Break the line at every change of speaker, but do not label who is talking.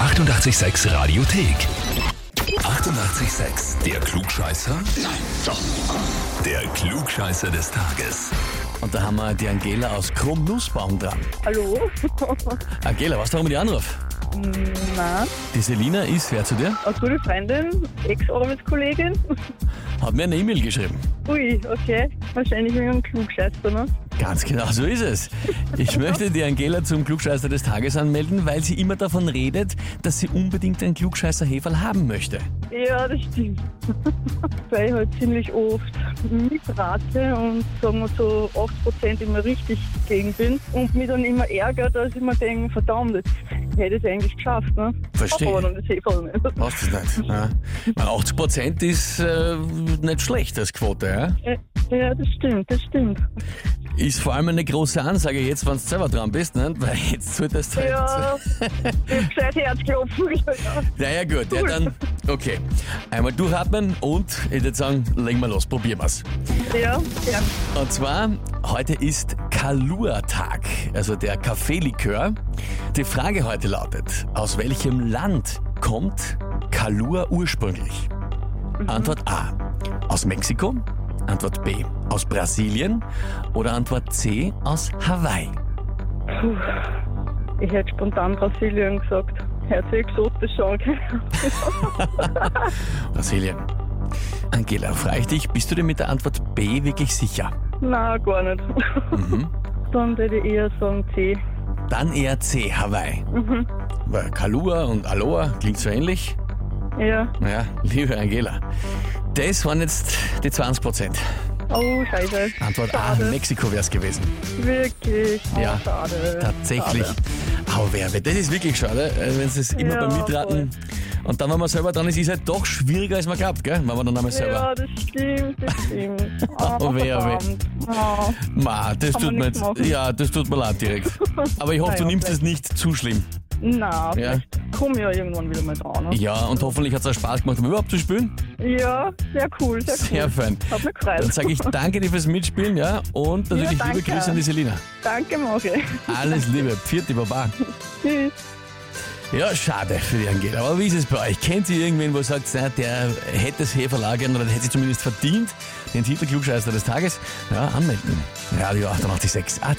886 Radiothek. 88,6. Der Klugscheißer? Nein, doch. Der Klugscheißer des Tages.
Und da haben wir die Angela aus Krumm-Nussbaum dran.
Hallo?
Angela, was darum die Anruf?
Na,
Die Selina ist, wer zu dir?
eine gute Freundin, Ex-Arbeitskollegin.
Hat mir eine E-Mail geschrieben.
Ui, okay. Wahrscheinlich wegen einem Klugscheißer, ne?
Ganz genau, so ist es. Ich möchte die Angela zum Klugscheißer des Tages anmelden, weil sie immer davon redet, dass sie unbedingt einen klugscheißer Heferl haben möchte.
Ja, das stimmt. Weil ich halt ziemlich oft mitrate und sagen wir so 8% immer richtig gegen bin und mich dann immer ärgere, dass ich mir denke, verdammt, jetzt hätte ich es eigentlich geschafft, ne?
Verstehe.
Aber dann das Heferl nicht.
Hast du das nicht? Ja. Ich meine, 80 Prozent ist äh, nicht schlecht als Quote. Ja?
Ja, das stimmt, das stimmt.
Ist vor allem eine große Ansage jetzt, wenn du selber dran bist, ne? weil jetzt solltest du halt
Ja, ich hab gescheit Herzklopfen. Ja.
Naja, gut, ja, dann, okay. Einmal durchatmen und ich würde sagen, legen wir los, probieren wir's.
Ja, ja.
Und zwar, heute ist Kalua-Tag, also der Kaffeelikör. Die Frage heute lautet, aus welchem Land kommt Kalua ursprünglich? Antwort A, aus Mexiko. Antwort B, aus Brasilien. Oder Antwort C, aus Hawaii.
Ich hätte spontan Brasilien gesagt. Hört sich exotisch an. gell?
Brasilien. Angela, frage ich dich, bist du dir mit der Antwort B wirklich sicher? Mhm.
Nein, gar nicht. Dann würde ich eher sagen C.
Dann eher C, Hawaii. Weil Kalua und Aloha klingt so ähnlich.
Ja.
Ja, liebe Angela, das waren jetzt die 20 Prozent.
Oh, scheiße.
Antwort A,
schade.
Mexiko wäre es gewesen.
Wirklich. Oh,
Ja,
schade.
Tatsächlich.
Schade.
Au, Werbe, das ist wirklich schade, äh, wenn sie es immer
Ja,
beim Mitraten. Und dann, wenn man selber dran ist, ist es halt doch schwieriger, als man glaubt, gell? Wenn man dann einmal selber.
Ja, das stimmt, das stimmt.
Oh, weh, oh, weh.
verdammt. Oh,
Ma, das
Kann
tut
man
mir
nichts
jetzt,
machen.
ja, das tut mir leid direkt. Aber ich hoffe, du
Naja,
nimmst es nicht zu schlimm.
na,
Ja.
vielleicht komm ich ja irgendwann wieder mal dran. Ne?
Ja, und hoffentlich hat es auch Spaß gemacht, um überhaupt zu spielen.
Ja, sehr cool, sehr cool.
Sehr fein.
Hat mich gefreut.
Dann sage ich danke dir fürs Mitspielen, ja? Und natürlich liebe
danke.
Grüße an die Selina.
Danke, Mache.
Alles Liebe, Pfiat, die Baba.
Tschüss.
Ja, schade für die Angela. Aber wie ist es bei euch? Kennt ihr irgendwen, wo ihr sagt, na, der hätte es Heferlagern oder hätte sie zumindest verdient, den Titel Klugscheißer des Tages? Ja, anmelden. Radio 886 AT.